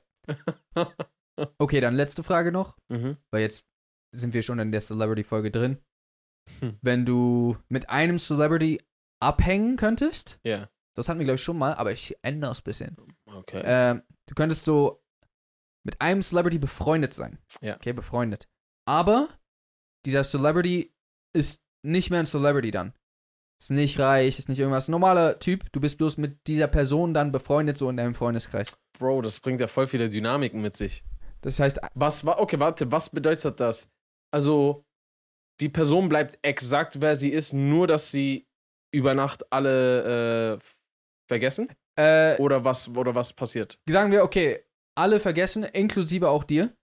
S1: Okay, dann letzte Frage noch.
S2: Mhm.
S1: weil jetzt sind wir schon in der Celebrity-Folge drin.
S2: Hm.
S1: Wenn du mit einem Celebrity abhängen könntest,
S2: Ja.
S1: das hatten wir, glaube ich, schon mal, aber ich ändere es ein bisschen.
S2: Okay.
S1: Ähm, du könntest so mit einem Celebrity befreundet sein.
S2: Ja.
S1: Okay, befreundet. Aber dieser Celebrity ist nicht mehr ein Celebrity dann. Ist nicht reich, ist nicht irgendwas. Normaler Typ, du bist bloß mit dieser Person dann befreundet, so in deinem Freundeskreis.
S2: Bro, das bringt ja voll viele Dynamiken mit sich.
S1: Das heißt,
S2: Was war, okay, warte, was bedeutet das? Also, die Person bleibt exakt, wer sie ist, nur dass sie über Nacht alle äh, vergessen?
S1: äh,
S2: Oder was, oder was passiert?
S1: sagen wir, okay, alle vergessen, inklusive auch dir,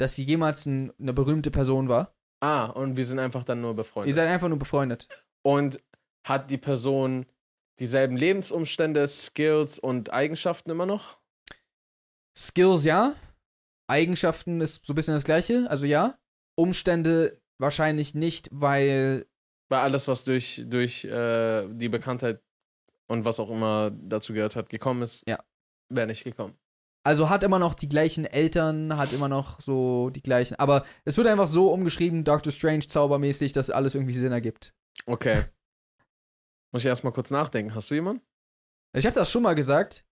S1: dass sie jemals ein, eine berühmte Person war.
S2: Ah, und wir sind einfach dann nur
S1: Ihr
S2: befreundet.
S1: seid einfach nur befreundet.
S2: Und hat die Person dieselben Lebensumstände, Skills und Eigenschaften immer noch?
S1: Skills ja. Eigenschaften ist so ein bisschen das gleiche, also ja. Umstände wahrscheinlich nicht, weil
S2: Weil alles, was durch, durch äh, die Bekanntheit und was auch immer dazu gehört hat, gekommen ist,
S1: Ja.
S2: wäre nicht gekommen.
S1: Also hat immer noch die gleichen Eltern, hat immer noch so die gleichen. Aber es wird einfach so umgeschrieben, Doctor Strange zaubermäßig, dass alles irgendwie Sinn ergibt. <laughs>
S2: Okay. Muss ich erstmal kurz nachdenken. Hast du jemanden?
S1: Ich habe das schon mal gesagt.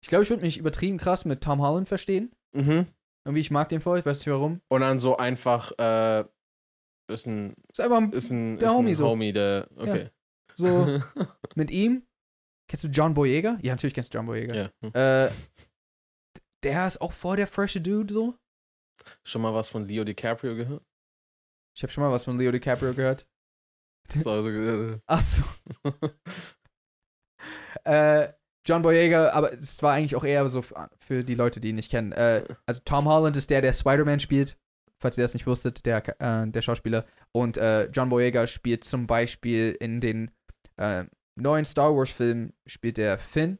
S1: Ich glaube, ich würde mich übertrieben krass mit Tom Holland verstehen.
S2: Mhm.
S1: Irgendwie, ich mag den voll, ich weiß nicht warum.
S2: Und dann so einfach, äh, ist ein,
S1: Ist einfach ein-
S2: ist ein,
S1: Der
S2: ist
S1: Homie
S2: ein
S1: so.
S2: Homie, der, okay.
S1: so mit ihm. Kennst du John Boyega? Ja, natürlich kennst du John
S2: <laughs>
S1: Boyega.
S2: ja. Hm.
S1: Äh, der ist auch voll der frische Dude so.
S2: Schon mal was von Leo DiCaprio gehört?
S1: Ich habe schon mal was von Leo DiCaprio gehört.
S2: Das war so, äh,
S1: Ach so. <laughs> äh, John Boyega, aber es war eigentlich auch eher so f- ah, für die Leute, die ihn nicht kennen. Äh, also Tom Holland ist der, der Spider-Man spielt, falls ihr das nicht wusstet, der, äh, der Schauspieler. Und äh, John Boyega spielt zum Beispiel in den äh, neuen Star Wars-Filmen spielt der Finn.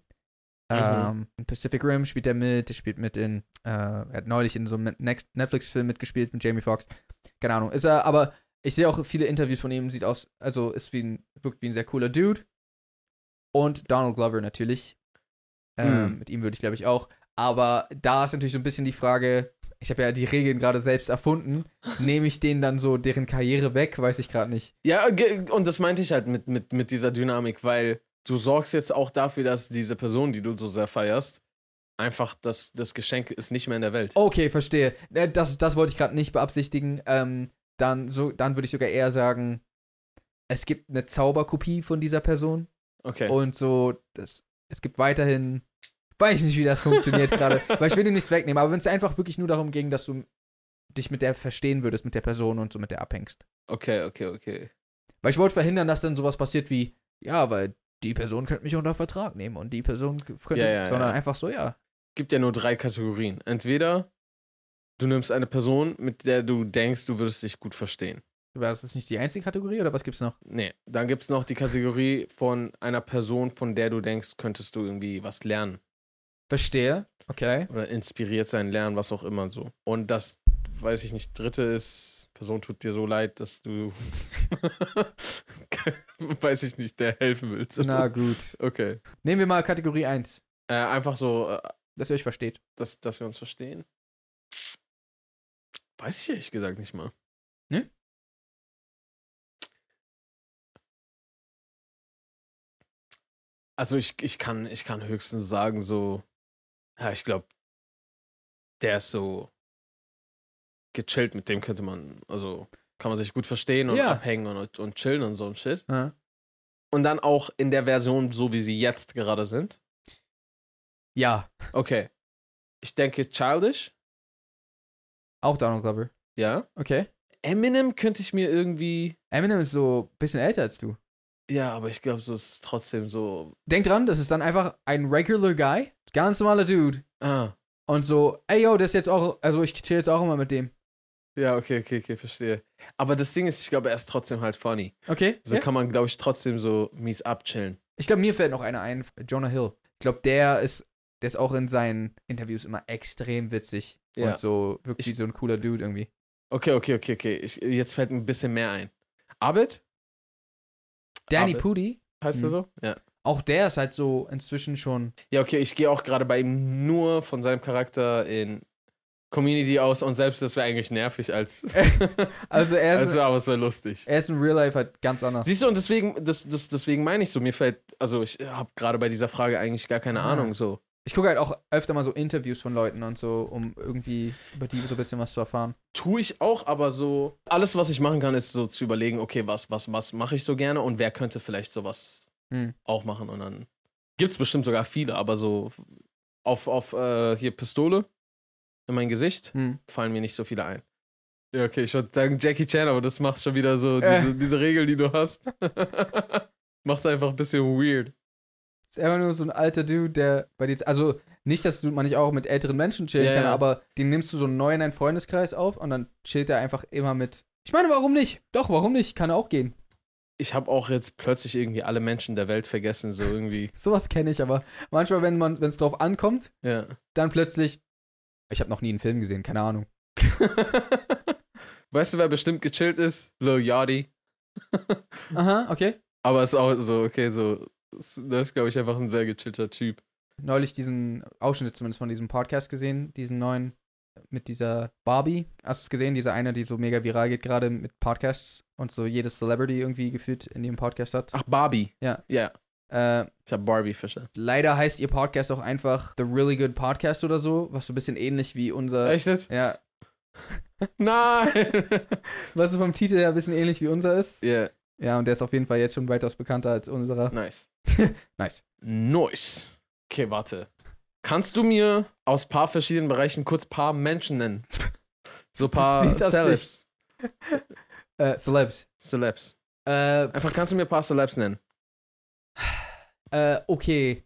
S1: Ähm, in Pacific Rim spielt er mit, der spielt mit in, äh, er hat neulich in so einem Net- Netflix-Film mitgespielt mit Jamie Foxx. Keine Ahnung, ist er, aber ich sehe auch viele Interviews von ihm, sieht aus, also ist wie ein, wirkt wie ein sehr cooler Dude. Und Donald Glover natürlich. Ähm,
S2: Mhm.
S1: Mit ihm würde ich, glaube ich, auch. Aber da ist natürlich so ein bisschen die Frage, ich habe ja die Regeln gerade selbst erfunden, nehme ich denen dann so deren Karriere weg, weiß ich gerade nicht.
S2: Ja, ge- und das meinte ich halt mit, mit, mit dieser Dynamik, weil du sorgst jetzt auch dafür, dass diese Person, die du so sehr feierst, einfach das, das Geschenk ist nicht mehr in der Welt.
S1: Okay, verstehe. Äh, Das, das wollte ich gerade nicht beabsichtigen. Ähm, dann so, dann würde ich sogar eher sagen, es gibt eine Zauberkopie von dieser Person
S2: Okay.
S1: und so, das, es gibt weiterhin. Weiß ich nicht, wie das
S2: <laughs>
S1: funktioniert gerade, weil ich will dir nichts wegnehmen. Aber wenn es einfach wirklich nur darum ging, dass du dich mit der verstehen würdest, mit der Person und so mit der abhängst.
S2: Okay, okay, okay.
S1: Weil ich wollte verhindern, dass dann sowas passiert wie, ja, weil die Person könnte mich unter Vertrag nehmen und die Person könnte,
S2: Ja, ja,
S1: sondern
S2: ja.
S1: einfach so, ja.
S2: Gibt ja nur drei Kategorien. Entweder du nimmst eine Person, mit der du denkst, du würdest dich gut verstehen.
S1: War das nicht die einzige Kategorie oder was gibt's noch?
S2: Nee, dann gibt es noch die Kategorie von einer Person, von der du denkst, könntest du irgendwie was lernen
S1: Verstehe. Okay.
S2: oder inspiriert sein, lernen, was auch immer so. Und das, weiß ich nicht, dritte ist, Person tut dir so leid, dass du, <laughs> weiß ich nicht, der helfen willst.
S1: Na gut.
S2: <laughs> okay.
S1: Nehmen wir mal Kategorie 1,
S2: Äh, einfach so, äh,
S1: dass ihr euch versteht.
S2: dass, dass wir uns verstehen. Weiß ich ehrlich gesagt nicht mal.
S1: Nee?
S2: Also ich, ich, kann, ich kann höchstens sagen, so, ja, ich glaube, der ist so gechillt, mit dem könnte man, also kann man sich gut verstehen und
S1: Ja.
S2: abhängen und, und chillen und so ein Shit.
S1: Ja.
S2: Und dann auch in der Version, so wie sie jetzt gerade sind.
S1: ja,
S2: Okay. Ich denke, Childish,
S1: auch Donald Glover.
S2: ja.
S1: Okay.
S2: Eminem könnte ich mir irgendwie.
S1: Eminem ist so ein bisschen älter als du.
S2: Ja, aber ich glaube, so ist es trotzdem so.
S1: Denk dran, das ist dann einfach ein regular Guy, ganz normaler Dude.
S2: Ah.
S1: Und so, ey yo, das ist jetzt auch, also ich chill jetzt auch immer mit dem.
S2: Ja, okay, okay, okay, verstehe. Aber das Ding ist, ich glaube, er ist trotzdem halt funny.
S1: Okay.
S2: So
S1: ja.
S2: kann man, glaube ich, trotzdem so mies abchillen.
S1: Ich glaube, mir fällt noch einer ein, Jonah Hill. Ich glaube, der ist, der ist auch in seinen Interviews immer extrem witzig.
S2: Ja.
S1: Und so wirklich
S2: Ich-
S1: so ein cooler Dude irgendwie.
S2: Okay, okay, okay, okay. Ich, jetzt fällt ein bisschen mehr ein. Abed?
S1: Danny
S2: Aber-
S1: Pudi,
S2: Heißt er
S1: Mhm.
S2: so? Ja.
S1: auch der ist halt so
S2: <laughs>
S1: inzwischen schon.
S2: Ja, okay, ich gehe auch gerade bei ihm nur von seinem Charakter in Community aus und selbst das wäre eigentlich nervig
S1: <laughs>
S2: als.
S1: Also er ist,
S2: also, aber es wäre lustig.
S1: er ist in Real Life halt ganz anders.
S2: Siehst du, und deswegen, das, das, deswegen meine ich so, mir fällt, also ich habe gerade bei dieser Frage eigentlich gar keine
S1: Ah.
S2: Ahnung so.
S1: Ich gucke halt auch öfter mal so Interviews von Leuten und so, um irgendwie über die so ein bisschen was zu erfahren.
S2: Tue ich auch, aber so. Alles, was ich machen kann, ist so zu überlegen, okay, was, was, was mache ich so gerne und wer könnte vielleicht sowas
S1: Hm.
S2: auch machen. Und dann gibt es bestimmt sogar viele, aber so auf, auf äh, hier Pistole in mein Gesicht
S1: Hm.
S2: fallen mir nicht so viele ein. Ja, okay, ich würde sagen Jackie Chan, aber das macht schon wieder so
S1: Äh.
S2: diese, diese Regel, die du hast. <laughs> Macht's einfach ein bisschen weird.
S1: Ist einfach nur so ein alter Dude, der bei dir. Also nicht, dass du man nicht auch mit älteren Menschen chillen
S2: Ja,
S1: kann,
S2: ja.
S1: aber den nimmst du so neu in deinen Freundeskreis auf und dann chillt er einfach immer mit. Ich meine, warum nicht? Doch, warum nicht? Kann auch gehen. <laughs>
S2: Ich habe auch jetzt plötzlich irgendwie alle Menschen der Welt vergessen, so irgendwie.
S1: Sowas kenne ich, aber manchmal, wenn man, wenn es drauf ankommt,
S2: Ja.
S1: dann plötzlich. Ich habe noch nie einen Film gesehen, keine Ahnung.
S2: <laughs> weißt du, wer bestimmt gechillt ist? Lil Yachty.
S1: Aha, okay.
S2: Aber ist auch so, okay, so. ist- Das ist, glaube ich, einfach ein sehr gechillter Typ.
S1: neulich diesen Ausschnitt zumindest von diesem Podcast gesehen, diesen neuen mit dieser Barbie. Hast du es gesehen? Diese eine, die so mega viral geht gerade mit Podcasts und so jedes Celebrity irgendwie gefühlt in ihrem Podcast hat.
S2: Ach, Barbie.
S1: Ja.
S2: Ja.
S1: Äh,
S2: Ich habe Barbie verstanden.
S1: leider heißt ihr Podcast auch einfach The Really Good Podcast oder so, was so ein bisschen ähnlich wie unser.
S2: Echt jetzt?
S1: Ja,
S2: Äh, <laughs> Nein!
S1: was so vom Titel her ein bisschen ähnlich wie unser ist.
S2: Ja,
S1: Ja, und der ist auf jeden Fall jetzt schon weitaus bekannter als unserer.
S2: nice.
S1: Nice.
S2: Nice. Okay, warte. Kannst du mir aus paar verschiedenen Bereichen kurz paar Menschen nennen? <laughs> So paar
S1: Versteht das
S2: Celebs.
S1: Äh, Celebs.
S2: Celebs.
S1: Äh,
S2: Einfach kannst du mir paar Celebs nennen?
S1: äh, okay.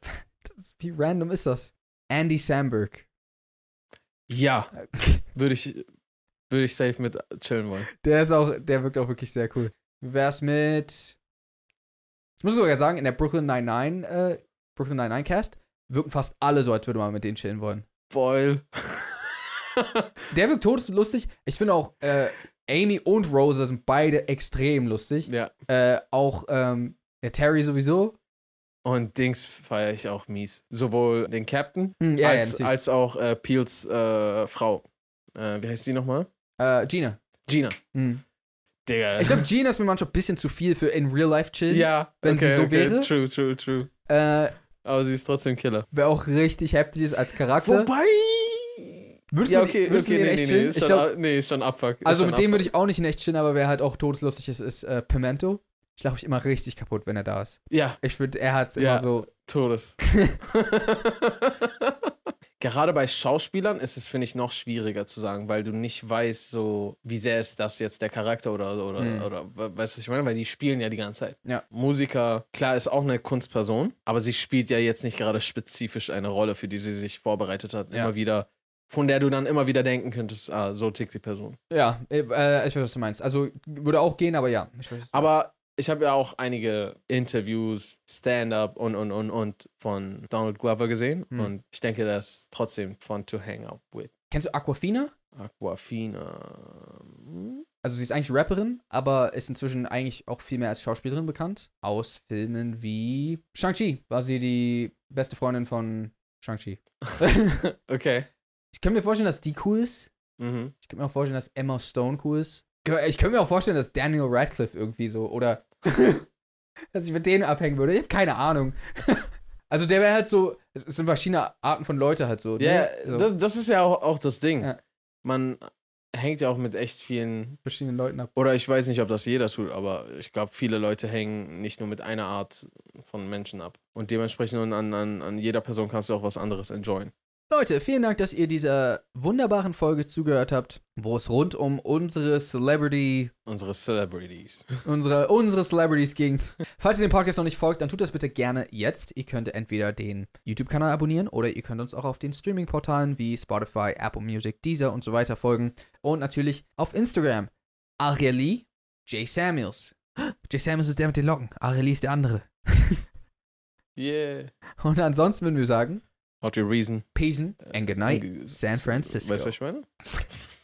S1: Das, <laughs> wie random ist das? Andy Samberg.
S2: Ja. Würde ich, würde ich safe mit chillen wollen.
S1: <laughs> Der ist auch, der wirkt auch wirklich sehr cool. Wie wär's mit. Ich muss sogar sagen, in der Brooklyn 99, äh, Brooklyn 99 Cast wirken fast alle so, als würde man mit denen chillen wollen.
S2: Boil.
S1: Der wirkt todeslustig. Ich finde auch, äh, Amy und Rosa sind beide extrem lustig.
S2: ja.
S1: Äh, auch, ähm, der Terry sowieso.
S2: Und Dings feiere ich auch mies. Sowohl den Captain
S1: Hm, ja,
S2: als,
S1: ja, natürlich.
S2: als auch äh, Peels äh, Frau. Äh, wie heißt sie nochmal?
S1: äh, Gina.
S2: Gina.
S1: Hm.
S2: Digga. <laughs>
S1: Ich glaube, Gina ist mir manchmal ein bisschen zu viel für in real life chillen.
S2: ja,
S1: wenn sie
S2: okay,
S1: so
S2: okay.
S1: wäre.
S2: True, true, true.
S1: Äh,
S2: Aber sie ist trotzdem Killer.
S1: wer auch richtig heftig ist als Charakter.
S2: Wobei.
S1: Würdest
S2: ja,
S1: du die-
S2: okay,
S1: würdest du
S2: okay,
S1: die in
S2: nee,
S1: echt
S2: nee, nee,
S1: chillen?
S2: ist
S1: Ich
S2: schon,
S1: glaub-
S2: ab- nee, ist schon Abfuck. ist
S1: Also
S2: schon
S1: mit dem würde ich auch nicht in echt chillen, aber wer halt auch todeslustig ist, ist äh, Pimento. Ich lache mich immer richtig kaputt, wenn er da ist.
S2: Abfuck. Ja,
S1: Ich würde, er hat
S2: Ja.
S1: immer so.
S2: Todes. <laughs> Gerade bei Schauspielern ist es, finde ich, noch schwieriger zu sagen, weil du nicht weißt, so, wie sehr ist das jetzt der Charakter oder, oder,
S1: Mhm.
S2: oder we- weißt du, was ich meine? Weil die spielen ja die ganze Zeit.
S1: Ja.
S2: Musiker, klar, ist auch eine Kunstperson, aber sie spielt ja jetzt nicht gerade spezifisch eine Rolle, für die sie sich vorbereitet hat.
S1: Ja.
S2: Immer wieder, von der du dann immer wieder denken könntest, ah, so tickt die Person.
S1: Ja, äh, äh, ich weiß, was du meinst. Also würde auch gehen, aber ja. Ich weiß, was du
S2: Aber ich habe ja auch einige Interviews, Stand-up und, und, und, und von Donald Glover gesehen.
S1: Hm.
S2: Und ich denke, das ist trotzdem fun to hang out with.
S1: meinst. Kennst du Aquafina?
S2: Aquafina. hm?
S1: Also sie ist eigentlich Rapperin, aber ist inzwischen eigentlich auch viel mehr als Schauspielerin bekannt. Aus Filmen wie Shang-Chi war sie die beste Freundin von Shang-Chi.
S2: Okay.
S1: Ich könnte mir vorstellen, dass die cool ist.
S2: Mhm.
S1: Ich könnte mir auch vorstellen, dass Emma Stone cool ist. Ich könnte mir auch vorstellen, dass Daniel Radcliffe irgendwie so oder
S2: <laughs>
S1: dass ich mit denen abhängen würde. Ich habe keine Ahnung. <laughs> also der wäre halt so, es es sind verschiedene Arten von Leute halt so. ne?
S2: Ja,
S1: so
S2: das, das ist ja auch, auch das Ding.
S1: Ja.
S2: Man hängt ja auch mit echt vielen.
S1: verschiedenen Leuten ab.
S2: Oder ich weiß nicht, ob das jeder tut, aber ich glaube, viele Leute hängen nicht nur mit einer Art von Menschen ab. Und dementsprechend an, an, an jeder Person kannst du auch was anderes enjoyen.
S1: Leute, vielen Dank, dass ihr dieser wunderbaren Folge zugehört habt, wo es rund um unsere Celebrity,
S2: Unsere Celebrities.
S1: unsere, unsere Celebrities ging. Falls ihr dem Podcast noch nicht folgt, dann tut das bitte gerne jetzt. Ihr könnt entweder den YouTube-Kanal abonnieren oder ihr könnt uns auch auf den Streaming-Portalen wie Spotify, Apple Music, Deezer und so weiter folgen. Und natürlich auf Instagram. Arieli J. Samuels. <gasps> J. Samuels ist der mit den Locken. Arieli ist der andere. <laughs>
S2: Yeah.
S1: Und ansonsten würden wir sagen,
S2: Out your reason.
S1: Peace and good night,
S2: Ange-
S1: San Francisco.
S2: Weißt du, was ich meine?